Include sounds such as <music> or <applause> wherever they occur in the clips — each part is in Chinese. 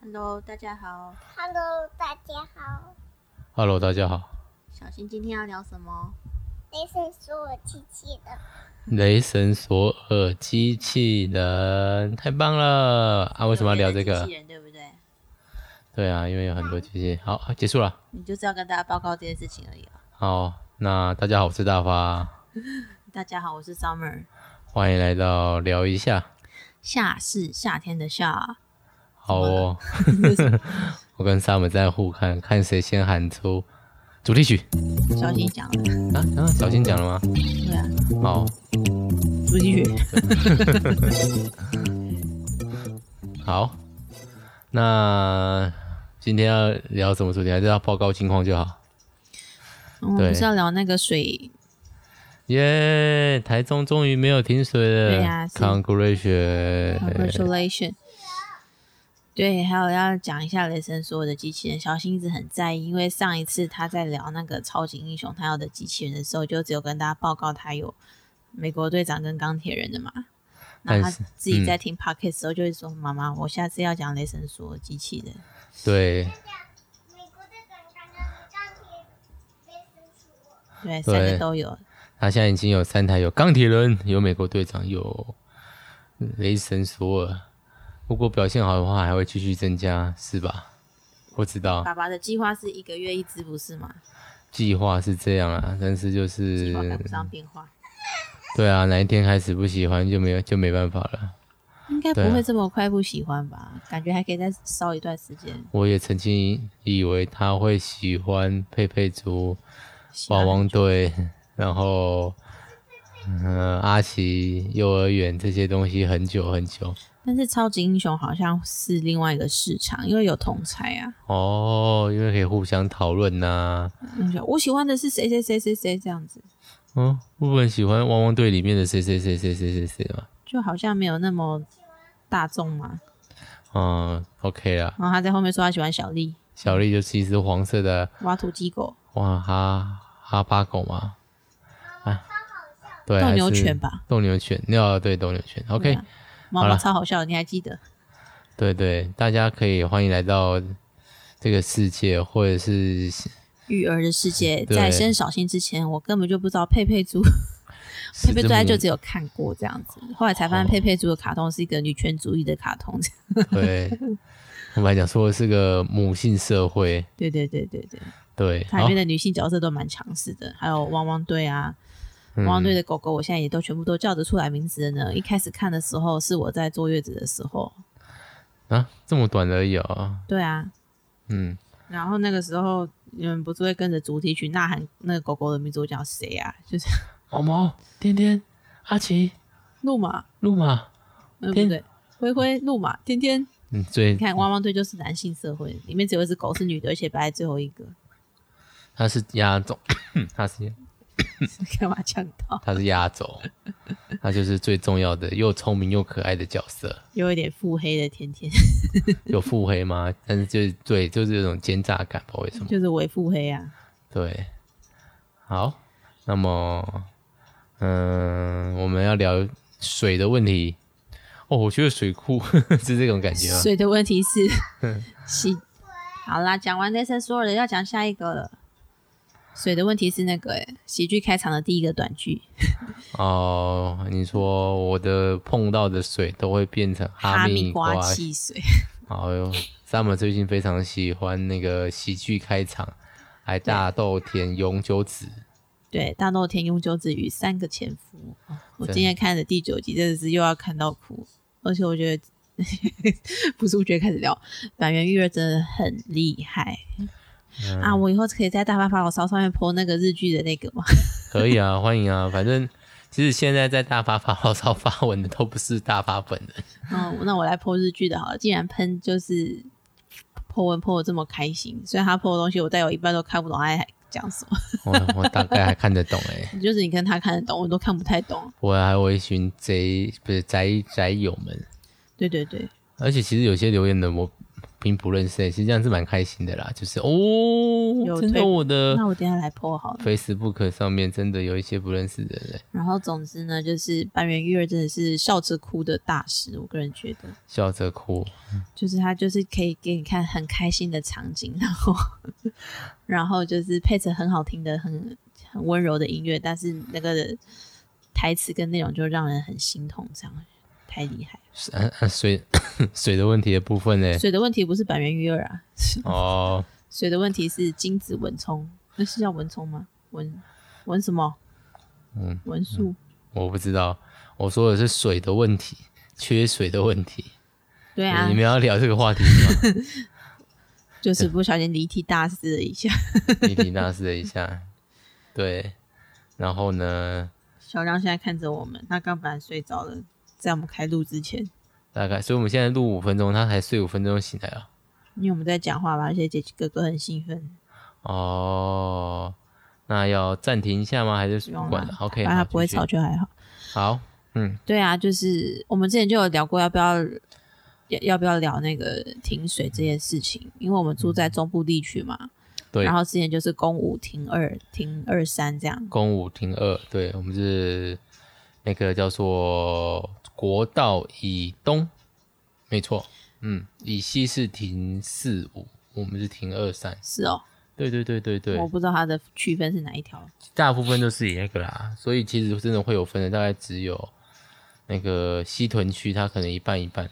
Hello，大家好， Hello，大家好， Hello，大家好。小新今天要聊什么？雷神说我气气的，雷神索尔机器人太棒了啊！为什么要聊这有别的个机器？人对不对？对啊，因为有很多机器。好，啊结束了。你就是要跟大家报告这件事情而已啊。好，那大家好，我是大发，大家好，我是 Summer，欢迎来到聊一下。夏是夏天的夏， <laughs> 好哦，我跟 Sam 在互看，看谁先喊出主题曲小新讲了，啊啊！小新讲了吗？对啊，好，主题曲，好。那今天要聊什么主题？还是要报告近况就好。我哦们不是要聊那个水，耶、台中终于没有停水了。对啊是 c o n g r a t u l a t i o n Congratulation。对，还有要讲一下雷神所有的机器人。小新一直很在意，因为上一次他在聊那个超级英雄他要的机器人的时候，就只有跟大家报告他有美国队长跟钢铁人的嘛。那他但是嗯自己在听 p o c k e t 的时候，就会说：“妈妈，我下次要讲雷神所有机器人。对美国队长刚刚钢铁雷神说我，”对，三个都有。他现在已经有三台，有钢铁人，有美国队长，有雷神索尔。如果表现好的话，还会继续增加，是吧？我知道爸爸的计划是一个月一只，不是吗？计划是这样啊，但是就计是划赶不上变化，对啊，哪一天开始不喜欢就没有就没办法了。应该不对啊会这么快不喜欢吧？感觉还可以再烧一段时间。我也曾经以为他会喜欢佩佩猪、喜欢汪汪队，然后嗯、阿奇、幼儿园这些东西很久很久。但是超级英雄好像是另外一个市场，因为有同才啊。哦，因为可以互相讨论呐。那种我喜欢的是谁谁谁谁谁这样子，嗯，我很喜欢汪汪队里面的谁谁谁谁谁谁谁嘛。就好像没有那么大众嘛。嗯，OK 啦，然后他在后面说他喜欢小丽，小丽就是一只黄色的挖土机狗、哇哈哈巴狗嘛。啊，对，斗牛还是犬吧。斗牛犬，那对斗牛犬对，OK，啊妈好妈了超好笑的，你还记得？对对，大家可以欢迎来到这个世界，或者是育儿的世界，对在生小新之前，我根本就不知道佩佩猪，佩佩猪大家就只有看过这样子，后来才发现哦佩佩猪的卡通是一个女权主义的卡通。 <laughs> 对，我们来讲说是个母性社会，对对对对对，对，它里面好的女性角色都蛮强势的，还有汪汪队啊，嗯汪汪队的狗狗，我现在也都全部都叫得出来名字了呢。一开始看的时候是我在坐月子的时候，啊，这么短而已哦，对啊，嗯，然后那个时候你们不是会跟着主题曲呐喊那个狗狗的名字，我讲谁啊？就是 <laughs> 毛毛、天天、阿奇、路马，路马，嗯不天对，灰灰、路马、天天。嗯，最你看汪汪队就是男性社会，里面只有一只狗是女的，而且摆在最后一个， <laughs> 他是压轴， <coughs> 他是干嘛呛到？他是压轴，他就是最重要的，又聪明又可爱的角色，有一点腹黑的天 <laughs> 天，有腹黑吗？但是就是对，就是有种奸诈感，不知道为什么。就是伪腹黑啊。对，好，那么，嗯，我们要聊水的问题。哦，我觉得水库 <laughs> 是这种感觉啊吗？水的问 <laughs> 题是洗。好啦，讲完 Lesson 说了，要讲下一个了。水的问题是那个、欸、喜剧开场的第一个短剧，哦，你说我的碰到的水都会变成哈密密瓜瓜汽水。好哟，Summer 最近非常喜欢那个喜剧开场，还大豆田永久子，对，大豆田永久子与三个前夫。哦我对今天看的第九集，真的是又要看到哭，而且我觉得 <laughs> 不知不觉开始聊板垣育儿真的很厉害、啊！我以后可以在大发发牢骚上面 po 那个日剧的那个吗？可以啊， <laughs> 欢迎啊，反正其实现在在大发发 <laughs> 牢骚发文的都不是大发本 <laughs> 人，嗯，那我来剖日剧的好了。既然喷就是破文破的这么开心，虽然他破的东西我带有一半都看不懂，他还讲什么？ <laughs> 我我大概还看得懂哎、就是你跟他看得懂，我都看不太懂。我还有一群贼，不是宅宅友们，对对对，而且其实有些留言的我拼不认识、欸，其实这样是蛮开心的啦。就是哦有，真的推我的那我等一下来 po 好了。 Facebook 上面真的有一些不认识的人、欸，然后总之呢，就是板垣育儿真的是笑着哭的大师，我个人觉得，笑着哭。 <coughs> 就是他就是可以给你看很开心的场景，然后 <laughs> 然后就是配着很好听的、很很温柔的音乐，但是那个台词跟内容就让人很心痛，这样太厉害了。是啊啊水 <coughs> 水的问题的部分呢、欸水的问题不是板垣育二啊，哦，水的问题是金子文聪，那是叫文聪吗？文文什么？嗯，文素。我不知道，我说的是水的问题，缺水的问题。对啊你，们要聊这个话题吗？就是不小心离题大师了一下。 <laughs> 你提纳斯了一下，对，然后呢，小亮现在看着我们，他刚本来睡着了，在我们开录之前，大概，所以我们现在录五分钟，他才睡五分钟就醒来啊了。因为我们在讲话吧，而且姐姐哥哥很兴奋，哦，那要暂停一下吗？还是不用不管了啦？OK，反正他好不会继续吵就还好。好，嗯，对啊，就是我们之前就有聊过要不要要要不要聊那个停水这件事情，因为我们住在中部地区嘛，对然，后之前就是公五停二停二三这样，公五停二，对我们是那个叫做国道以东，没错，嗯，以西是停四五，我们是停二三，是哦，对对对对对我，不知道它的区分是哪一条，大部分都是以那个啦，所以其实真的会有分的，大概只有那个西屯区，它可能一半一半。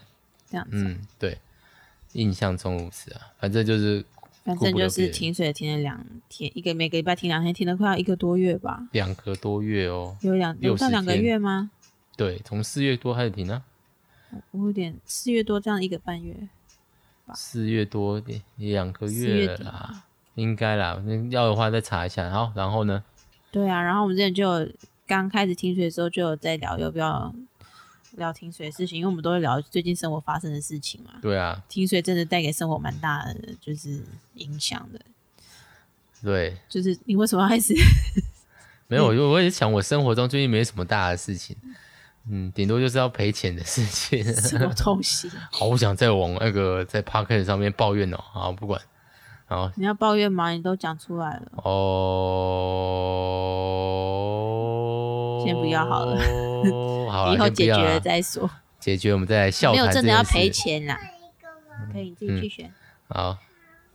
这样子，嗯，对，印象中如此啊，反正就是反顾正不就了别是人停水停了两天，一个每个礼拜停两天，停了快要一个多月吧，两个多月哦。有两有60到两个天月吗？对，从四月多开始停啊，我有点四月多这样一个半月，四月多也也两个四月月了底啦，应该啦。那要的话再查一下。好，然后呢？对啊，然后我们之前就有刚开始停水的时候就有在聊要不要聊停水的事情，因为我们都会聊最近生活发生的事情嘛。对啊，停水真的带给生活蛮大的就是影响的，对，就是你为什么要开 <laughs> 始？没有，嗯我就我也想，我生活中最近没什么大的事情，嗯，顶多就是要赔钱的事情。什么东西？ <laughs> 好想再往那个在 p o c k e t 上面抱怨哦，好不管，好你要抱怨吗？你都讲出来了，哦，先不要好了，好了， <laughs> 以后先不解要决啦了再说。解决，我们再来笑没谈有这真的要件事嗯赔，钱啦，换一个吗？可以你自己去选。好，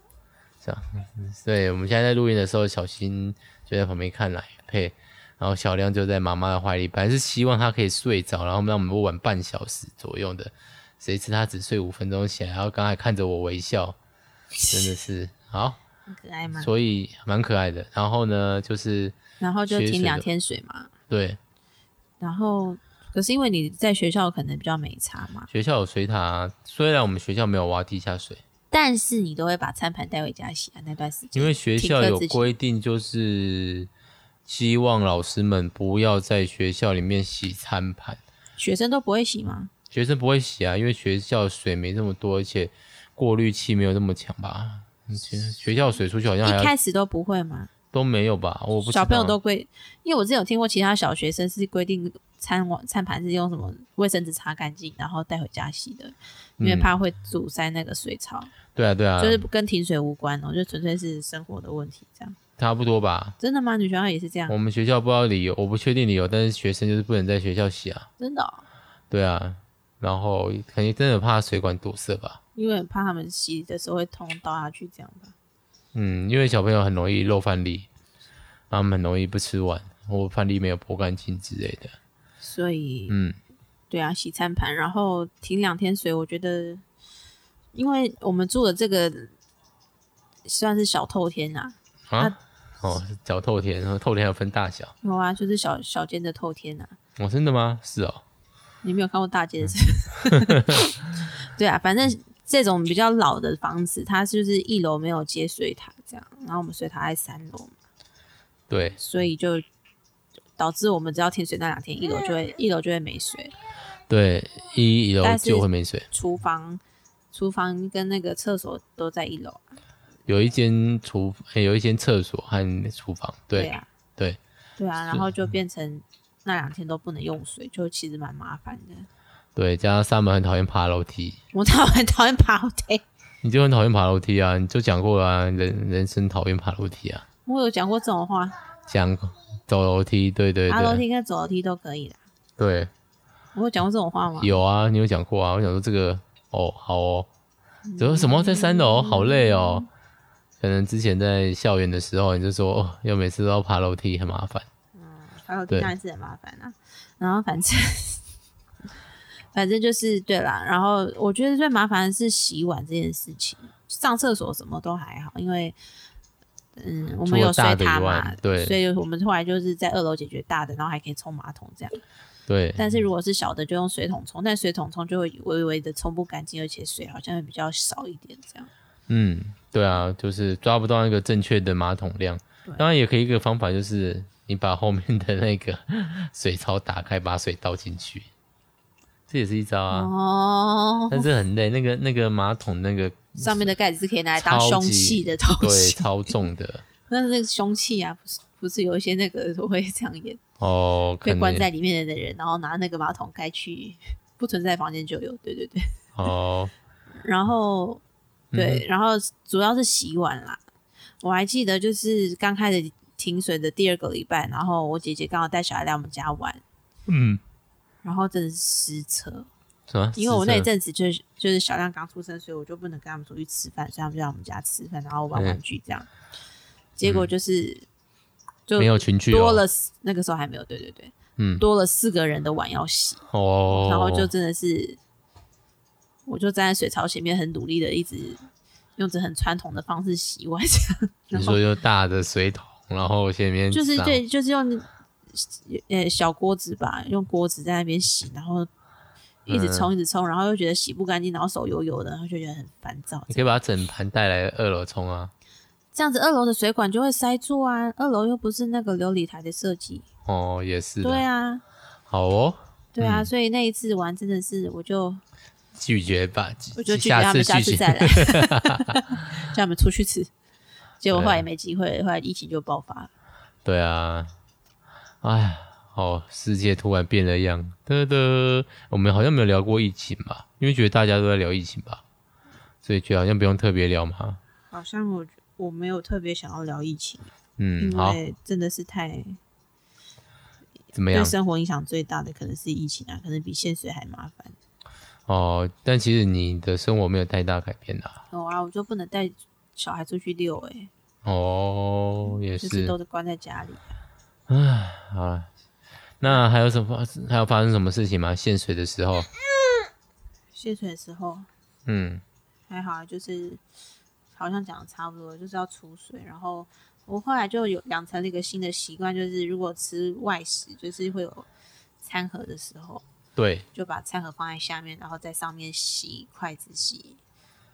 <laughs> 这样，嗯对，我们现在在录音的时候，小新就在旁边看来配。然后小亮就在妈妈的怀里，本来是希望他可以睡着，然后让我们晚半小时左右的，谁知他只睡五分钟起来，然后刚才看着我微笑，真的是好。很可爱嘛，所以蛮可爱的。然后呢，就是然后就学水停两的天水嘛，对然后可是因为你在学校可能比较没差嘛，学校有水塔，虽然我们学校没有挖地下水，但是你都会把餐盘带回家洗啊，那段时间。因为学校有规定，就是希望老师们不要在学校里面洗餐盘，学生都不会洗吗？学生不会洗啊，因为学校水没这么多，而且过滤器没有那么强吧。嗯学学校水出去好像一还要开始都不会吗？都没有吧，我不知道小朋友都规，因为我之前有听过其他小学生是规定餐碗餐盘是用什么卫生纸擦干净，然后带回家洗的，因为嗯怕会阻塞那个水槽，对啊对啊，就是跟停水无关哦，就纯粹是生活的问题这样。差不多吧。真的吗？你学校也是这样我？们学校不知道理由，我不确定理由，但是学生就是不能在学校洗啊。真的哦、对啊，然后肯定真的怕水管堵塞吧？因为很怕他们洗的时候会通倒下去这样吧。嗯，因为小朋友很容易漏饭粒，他们很容易不吃完，或饭粒没有剥干净之类的。所以，嗯，对啊，洗餐盘，然后停两天水。我觉得，因为我们住的这个算是小透天啊，啊，哦，脚透天，然后透天还有分大小。有啊，就是小小间的透天啊。哦，真的吗？是哦，你没有看过大街的？嗯 <laughs> <laughs> 对啊，反正这种比较老的房子，它就是一楼没有接水塔这样，然后我们水塔在三楼，对，所以就导致我们只要停水那两天，一楼就会一楼就会没水。对，一一楼但是就会没水。厨房、厨房跟那个厕所都在一楼啊。有一间厨，诶有一间厕所和厨房。对，啊，对，对啊，然后就变成那两天都不能用水，就其实蛮麻烦的。 <laughs> 对，加上萨门很讨厌爬楼梯，我讨厌讨厌爬楼梯，你就很讨厌爬楼梯啊，你就讲过了、啊，人人生讨厌爬楼梯啊，我有讲过这种话，讲走楼梯，对对爬楼对，梯跟走楼梯都可以的。对，我有讲过这种话吗？有啊，你有讲过啊，我想说这个哦，好哦，怎么什么在三嗯楼好累哦？可能之前在校园的时候，你就说哦，要每次都要爬楼梯，很麻烦。爬楼梯对当然是很麻烦啦、然后反正反正就是对啦。然后我觉得最麻烦的是洗碗这件事情，上厕所什么都还好，因为嗯，我除们了有大水的以塔外嘛，对所以我们后来就是在二楼解决大的，然后还可以冲马桶嗯这样。对，但是如果是小的，就用水桶冲，但水桶冲就会微微的冲不干净，而且水好像会比较少一点这样。嗯，对啊，就是抓不到那个正确的马桶量。当然也可以一个方法就是你把后面的那个 <laughs> 水槽打开，把水倒进去，这也是一招啊。哦，但是很累，那个那个马桶那个上面的盖子是可以拿来当超凶级器的东对西。超重的那那个凶器啊，不是不是有一些那个 <laughs> 都会这样演，哦，可被关能在里面的人，然后拿那个马桶盖去 <laughs> 不存在房间就有，对对对。 <laughs> 哦，然后嗯对，然后主要是洗碗啦。我还记得就是刚开始停水的第二个礼拜，然后我姐姐刚好带小孩来我们家玩，嗯，然后真的是失策，什么？因为我那一是这阵子就是就是小亮刚出生，所以我就不能跟他们出去吃饭，所以他们就在我们家吃饭，然后玩嗯玩具这样。结果就是、就没有群聚、哦、多了四，那个时候还没有，对对对，嗯多了四个人的碗要洗，哦，然后就真的是，我就站在水槽前面，很努力的一直用着很传统的方式洗碗，这样，你然说后就大的水桶，然后前面就是撒对，就是用呃小锅子吧，用锅子在那边洗，然后一直冲一直冲，然后又觉得洗不干净，然后手油油的，然后就觉得很烦躁你。可以把整盘带来二楼冲啊。这样子二楼的水管就会塞住啊，二楼又不是那个琉璃台的设计，哦，也是的。对啊，好哦，对啊，所以那一次玩真的是我就。拒绝吧，我就拒绝下他次们，下拒次绝。再来，叫他们出去吃。结果后来也没机会，后来疫情就爆发了。 <laughs> 对啊，哎呀，哦，世界突然变了样。的的，我们好像没有聊过疫情吧？因为觉得大家都在聊疫情吧，所以觉得好像不用特别聊嘛。好像我我没有特别想要聊疫情，嗯，因好，为真的是太怎么对样？生活影响最大的可能是疫情啊，可能比限水还麻烦。哦，但其实你的生活没有太大改变啦。有啊，我就不能带小孩出去遛，哎，哦，也就是是都，是关在家里啊。好了。那还有什么？还有发生什么事情吗？限水的时候，限水的时候嗯，还好啊，就是好像讲的差不多，就是要储水。然后我后来就有养成了一个新的习惯，就是如果吃外食，就是会有餐盒的时候，对，就把餐盒放在下面，然后在上面洗筷子、洗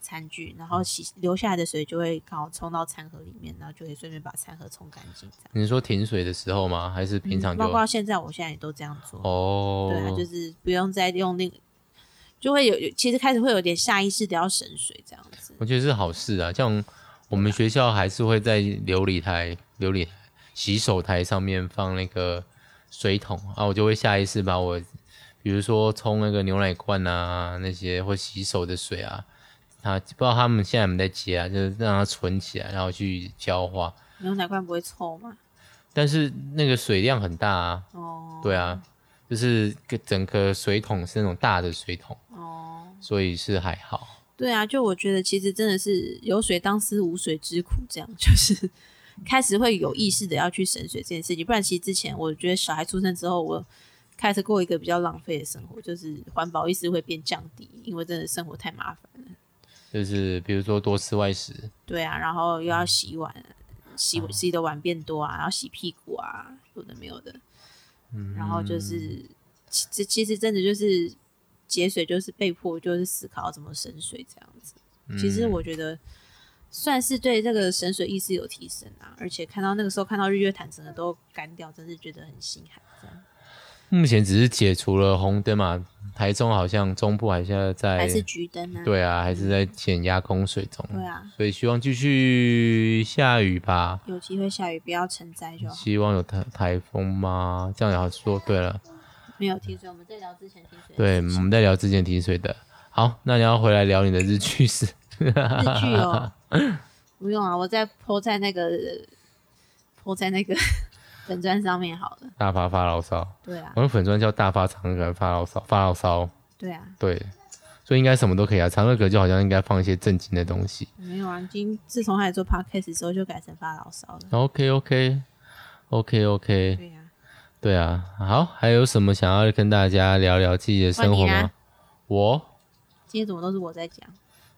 餐具，然后洗留下来的水就会刚好冲到餐盒里面，然后就可以顺便把餐盒冲干净。这样你说停水的时候吗？还是平常就？嗯包括现在，我现在也都这样做。哦，对啊，就是不用再用那个，就会有有，其实开始会有点下意识的要省水这样子。我觉得是好事啊。像我们学校还是会在琉璃台、琉璃洗手台上面放那个水桶啊，我就会下意识把我，比如说冲那个牛奶罐啊那些或洗手的水啊，啊不知道他们现在有没有在接啊，就是让它存起来，然后去浇花。牛奶罐不会臭吗？但是那个水量很大啊，哦，对啊，就是个整个水桶是那种大的水桶，哦，所以是还好。对啊，就我觉得其实真的是有水当思无水之苦，这样就是 <laughs> 开始会有意识的要去省水这件事情。不然其实之前我觉得小孩出生之后，我开始过一个比较浪费的生活，就是环保意识会变降低，因为真的生活太麻烦了。就是比如说多吃外食，对啊，然后又要洗碗，洗洗的碗变多啊，然后洗屁股啊，有的没有的。然后就是，其其其实真的就是节水，就是被迫就是思考怎么省水这样子。其实我觉得算是对这个省水意识有提升啊，而且看到那个时候看到日月潭整个都干掉，真是觉得很心寒。这样目前只是解除了红灯嘛，台中好像中部还是在，还是橘灯啊，哎对啊，还是在减压供水中，对啊，所以希望继续下雨吧。有机会下雨不要成灾就好。希望有台台风吗？这样也好说。对了，没有停水，我们在聊之前停水。对，我们在聊之前停水的。好，那你要回来聊你的日剧是 <laughs> 日剧哦，不用啊，我再泼在那个泼在那个 <laughs> 粉砖上面好了。大发发牢骚，对啊我，们粉砖叫大发长乐发牢骚，发牢骚，对啊，对，所以应该什么都可以啊。长乐阁就好像应该放一些正经的东西。没有啊，已经自从开始做 podcast 之后就改成发牢骚了。 OK OK OK OK，对呀、对啊，好，还有什么想要跟大家聊聊自己的生活换你吗啊？我，今天怎么都是我在讲？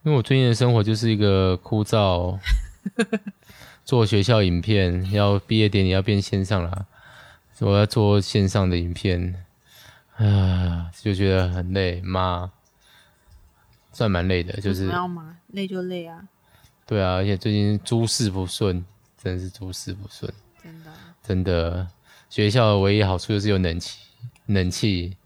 因为我最近的生活就是一个 <laughs> 枯燥，做学校影片，要毕业典礼要变线上了，我要做线上的影片，啊，就觉得很累，妈，算蛮累的，就有什是么要吗？累就累啊，对啊，而且最近诸事不顺，真的是诸事不顺，真的。啊真的。学校的唯一好处就是有冷气，冷气，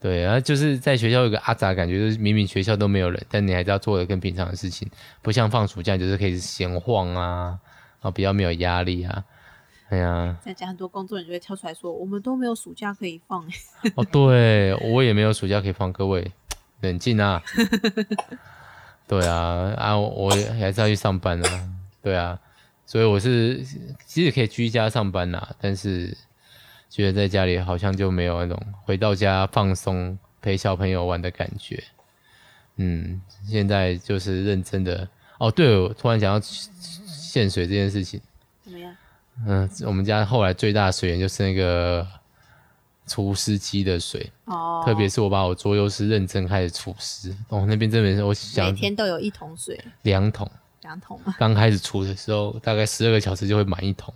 对，然后就是在学校有个阿杂感觉，就是明明学校都没有人，但你还是要做的跟平常的事情，不像放暑假你就是可以闲晃啊，啊，比较没有压力啊。哎呀，在家很多工作人就会跳出来说，我们都没有暑假可以放、 <laughs> 欸。 <laughs> 哦，对我也没有暑假可以放，各位 <laughs> 冷静啊。 <laughs> 对啊，啊，我我也还是要去上班啊。对啊，所以我是其实可以居家上班啦、但是觉得在家里好像就没有那种回到家放松、陪小朋友玩的感觉。嗯，现在就是认真的。哦，对，我突然想到限水这件事情。怎么样？嗯，我们家后来最大的水源就是那个除湿机的水。哦，特别是我把我桌游师认真开始除湿，哦，那边真的是我每想天都有一桶水，两桶，两桶，啊刚开始除的时候大概十二个小时就会满一桶，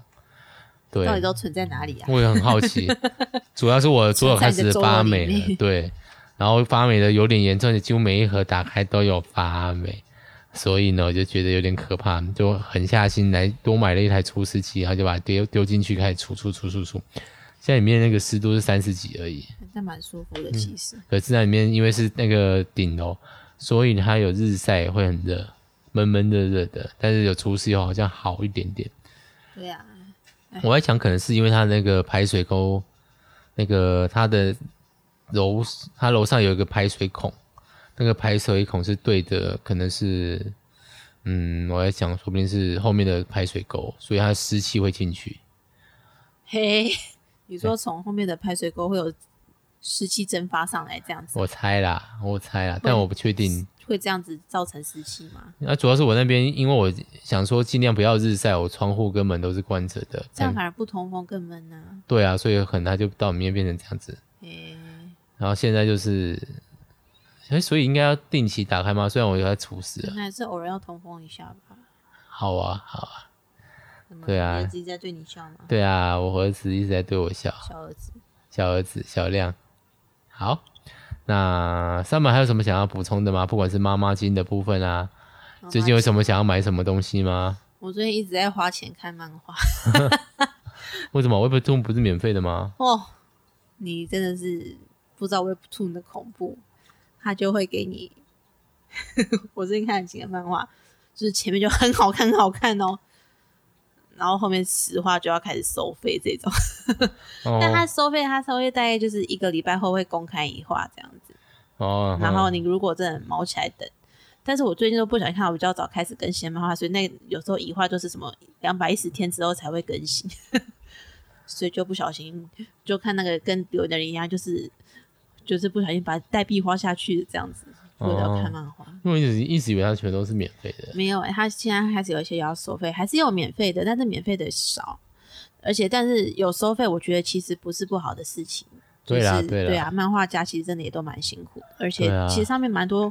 对嗯到，底都存在哪里啊？我也很好奇，主要是我的桌游开始发霉存在你的桌游里了，面对，然后发霉的有点严重，就几乎每一盒打开都有发霉，所以呢我就觉得有点可怕，就狠下心来多买了一台除湿机，然后就把它丢丢进去开始除除除除除，现在里面那个湿度是三十几而已，那蛮舒服的，其实。可是那里面因为是那个顶楼，所以它有日晒会很热，闷闷热热的。但是有除湿以后好像好一点点。对啊，我在想，可能是因为它那个排水沟，那个它的楼，它楼上有一个排水孔，那个排水孔是对的，可能是，嗯，我在想，说不定是后面的排水沟，所以它湿气会进去。嘿， <laughs> 你说从后面的排水沟会有湿气蒸发上来，这样子我猜啦，我猜啦，但我不确定。会这样子造成湿气吗？那、主要是我那边，因为我想说尽量不要日晒，我窗户跟门都是关着的。这样啊嗯反而不通风更闷呐、对啊，所以可能它就到里面变成这样子。啊。嘿，然后现在就是，哎，所以应该要定期打开吗？虽然我有在除湿了。那还是偶尔要通风一下吧。好啊，好啊，怎么对啊你儿子一直在对你笑吗？对啊，我儿子一直在对我笑，小儿子，小儿子小亮。好，那三本还有什么想要补充的吗？不管是妈妈经的部分啊，妈妈最近有什么想要买什么东西吗？我最近一直在花钱看漫画为什么 Webtoon 不是免费的吗？哦，你真的是不知道 Webtoon 的恐怖，他就会给你。 <laughs> 我最近看了几个漫画，就是前面就很好看，很好看哦，然后后面实话就要开始收费这种。哦但他收费，他收费大概就是一个礼拜后会公开一话这样子。哦，然嗯后你如果真的毛起来等，但是我最近都不想看，我比较早开始更新漫画，所以那有时候一画就是什么两百一十天之后才会更新， <laughs> 所以就不小心就看那个跟有的人一样，就是就是不小心把代币花下去这样子。为了要看漫画，因为我一直一直以为它全都是免费的。没有、欸，他现在开始有一些也要收费，还是有免费的，但是免费的少，而且但是有收费，我觉得其实不是不好的事情。对啦就是对啦啊，漫画家其实真的也都蛮辛苦的，而且对啊其实上面蛮多，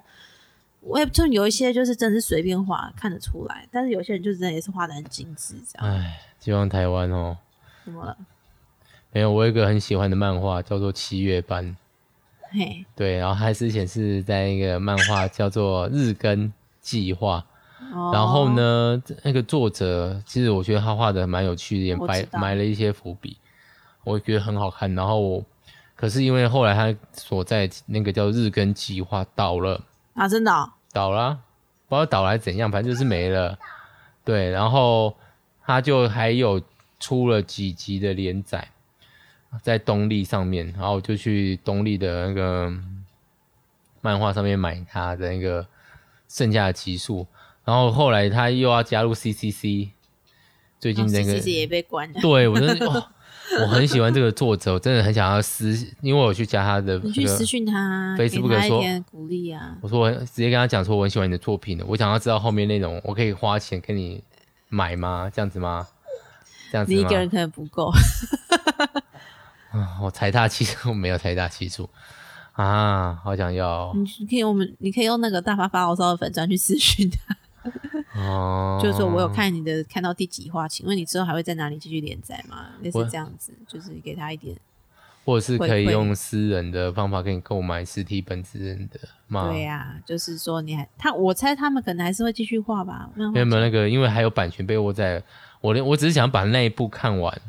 我也就有一些就是真的是随便画看得出来，但是有些人就真的也是画的很精致，这样唉，希望台湾哦，怎么了？没有，我有一个很喜欢的漫画叫做《七月班》，嘿，对，然后它之前是在一个漫画叫做《日更计划》，哦、然后？呢，那个作者其实我觉得他画的蛮有趣的，也我埋知道埋了一些伏笔，我觉得很好看。然后我可是因为后来他所在那个叫《日更计划》倒了。啊，真的哦、倒啦，不知道倒了还是怎样，反正就是没了。对，然后他就还有出了几集的连载，在东立上面，然后我就去东立的那个漫画上面买他的那个剩下的集数。然后后来他又要加入 CCC，最近那个、其实也被关了。对我真的、哦，我很喜欢这个作者，我真的很想要私，因为我去加他的、你那去个，私讯他啊，给 Facebook 他一说点鼓励啊。我说我直接跟他讲说我很喜欢你的作品的，我想要知道后面内容，我可以花钱跟你买吗？这样子吗？这样子你一吗个？人可能不够，啊我财大气粗，我没有财大气粗啊，好想要哦你可以我们你可以用那个大发发牢骚的粉砖去私讯他，哦，就是说我有看你的看到第几话，请问你之后还会在哪里继续连载吗？类似我这样子，就是给他一点。或者是可以回馈用私人的方法给你购买实体本之人的吗？对啊呀、就是说你还他，我猜他们可能还是会继续画吧。漫没画有没有那个，因为还有版权被窝在，我连我只是想把那一部看完。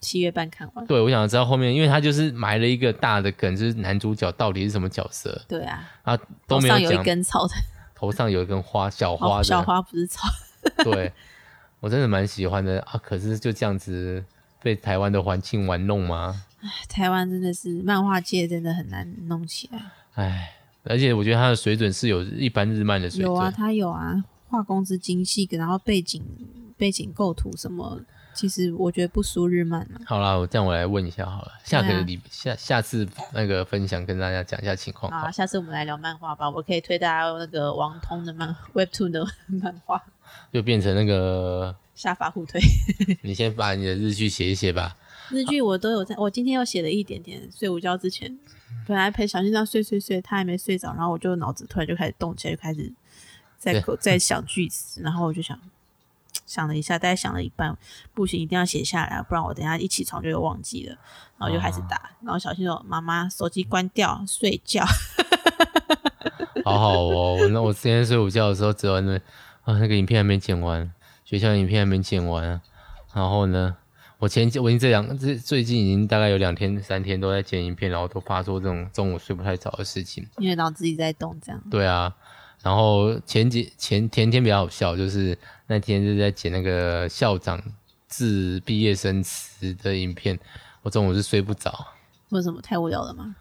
七月半看完。对，我想知道后面，因为他就是埋了一个大的梗，就是男主角到底是什么角色对啊，啊，都头没上有讲。一根草的，头上有一根花，小花哦的，小花 <laughs> 不是草， <laughs> 对，我真的蛮喜欢的啊。可是就这样子被台湾的环境玩弄吗？台湾真的是漫画界真的很难弄起来。唉，而且我觉得他的水准是有一般日漫的水准。有啊，他有啊，画工之精细，然后背景背景构图什么，其实我觉得不输日漫啊。好啦，我这样我来问一下好了，下对啊个礼、下下次那个分享跟大家讲一下情况好好了啊，下次我们来聊漫画吧。我可以推大家那个王通的漫 <laughs> Webtoon 的漫画，就变成那个，下法互推。你先把你的日剧写一写吧。 <laughs> 日剧我都有在，我今天又写了一点点，睡午觉之前，嗯本来陪小新这样睡睡睡，他还没睡着，然后我就脑子突然就开始动起来，就开始在对 <laughs> 口在想句子，然后我就想想了一下，大概想了一半，不行，一定要写下来，不然我等一下一起床就又忘记了，然后我就开始打，啊然后小新说：“妈妈，手机关掉，睡觉。 <laughs> <laughs> 好好哦，我那我之前睡午觉的时候，只有那啊那个影片还没剪完，学校影片还没剪完啊。然后呢，我前我已经这两这最近已经大概有两天三天都在剪影片，然后都发出这种中午睡不太着的事情。”因为脑子一直在动，这样对啊，然后前几前前天比较好笑，就是那天就是在剪那个校长致毕业生词的影片，我中午是睡不着，为什么太无聊了吗？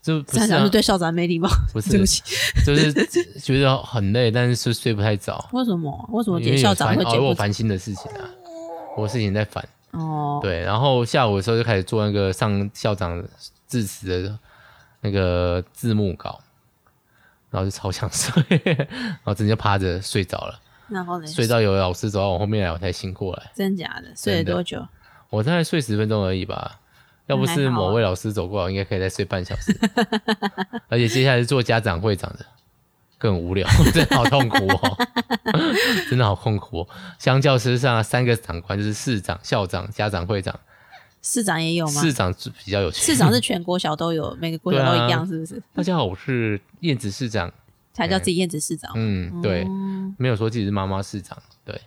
就不家是、长啊是、对校长没礼貌，不是对不起，就是觉得很累，但是是睡不太着。为什么？为什么因为剪有校长烦会哦剪因为不我出？烦心的事情啊，我事情在烦。哦，对，然后下午的时候就开始做那个上校长致辞的那个字幕稿，然后就超想睡， <laughs> 然后直接趴着睡着了，然后呢？睡到有老师走到我后面来，我才醒过来。真假的？睡了真的多久？我大概睡十分钟而已吧，要不是还好啊某位老师走过来，我应该可以再睡半小时。而且接下来是做家长会长的，更无聊，真的好痛苦哦， <laughs> 真的好痛苦哦。相较之下，三个长官就是市长、校长、家长会长，市长也有吗？市啊长是比较有趣。市长是全国小都有，每个国小都一样，是不是？大家好，我是燕子市长，才叫自己燕子市长。嗯，对，哦没有说自己是妈妈市长，对，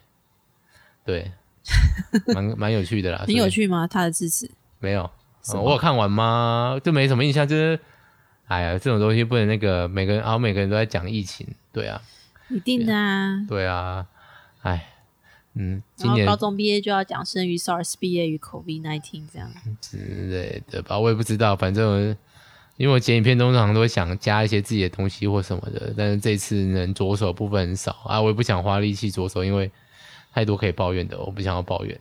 对，蛮蛮有趣的啦， <laughs> 很所以有趣吗？他的支持，没有、什呃么我有看完吗？就没什么印象，就是哎呀，这种东西不能那个每个人啊，每个人都在讲疫情，对啊，一定的啊。对啊，哎，嗯，今然后年高中毕业就要讲生于 SARS，毕业于 COVID nineteen 这样。之类的吧，我也不知道，反正我因为我剪影片通常都会想加一些自己的东西或什么的，但是这次能着手的部分很少啊，我也不想花力气着手，因为太多可以抱怨的，我不想要抱怨，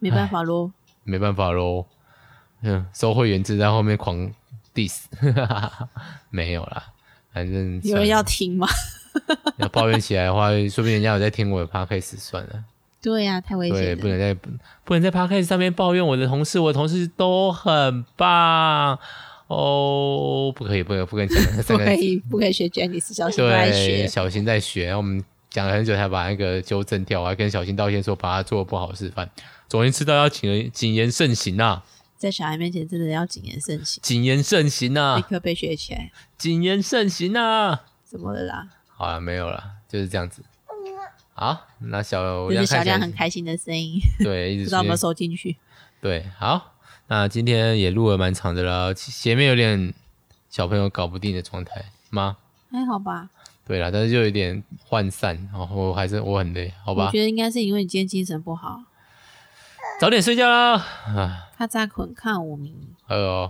没办法咯，没办法喽。嗯，收会员制在后面狂 diss，没有啦，反正有人算了要听吗？ <laughs> <laughs> 要抱怨起来的话，说不定人家有在听我的 podcast 算了。对呀，太危对，险不了。能在不能在 podcast 上面抱怨我的同事，我的同事都很棒哦，不可以，不可以，不跟你讲 <laughs> 了不三个可以，不可以学 Jennice，小心不爱对，学。小新在学，我们讲了很久才把那个纠正掉，我还跟小新道歉说把他做的不好的示范。总而言之，道要谨言谨言慎行啊，在小孩面前真的要谨言慎行，谨言慎行立啊，刻被学起来。谨言慎行啊。怎么了啦？好了，没有了，就是这样子。嗯好，那小这是亮小看起亮来很开心的声音，对，一 <laughs> 不直知道有没有出现收进去。对，好，那今天也录了蛮长的了，其前面有点小朋友搞不定的状态吗？还好吧？对啦，但是就有点涣散，然后还是我很累，好我吧，觉得应该是因为你今天精神不好。早点睡觉啦。啊， <laughs> 哦他在捆看五名，哎呦，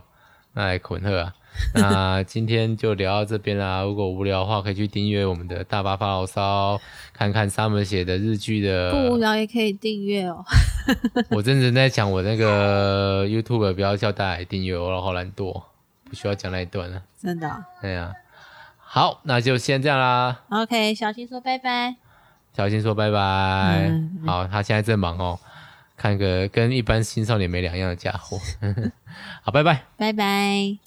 那来捆喝啊，那今天就聊到这边啦。如果无聊的话，可以去订阅我们的大巴发牢骚，看看 Summer 写的日剧的。不无聊也可以订阅哦。 <laughs> <laughs> 我真的在讲我那个 YouTube，不要叫大家来订阅哦，我好懒惰，不需要讲那一段了。真的哦、哎呀，好，那就先这样啦。 OK，小新说拜拜。小新说拜拜。嗯好，他现在正忙哦，看个跟一 <laughs> 般青少年没两样的家伙。好，拜拜。拜拜。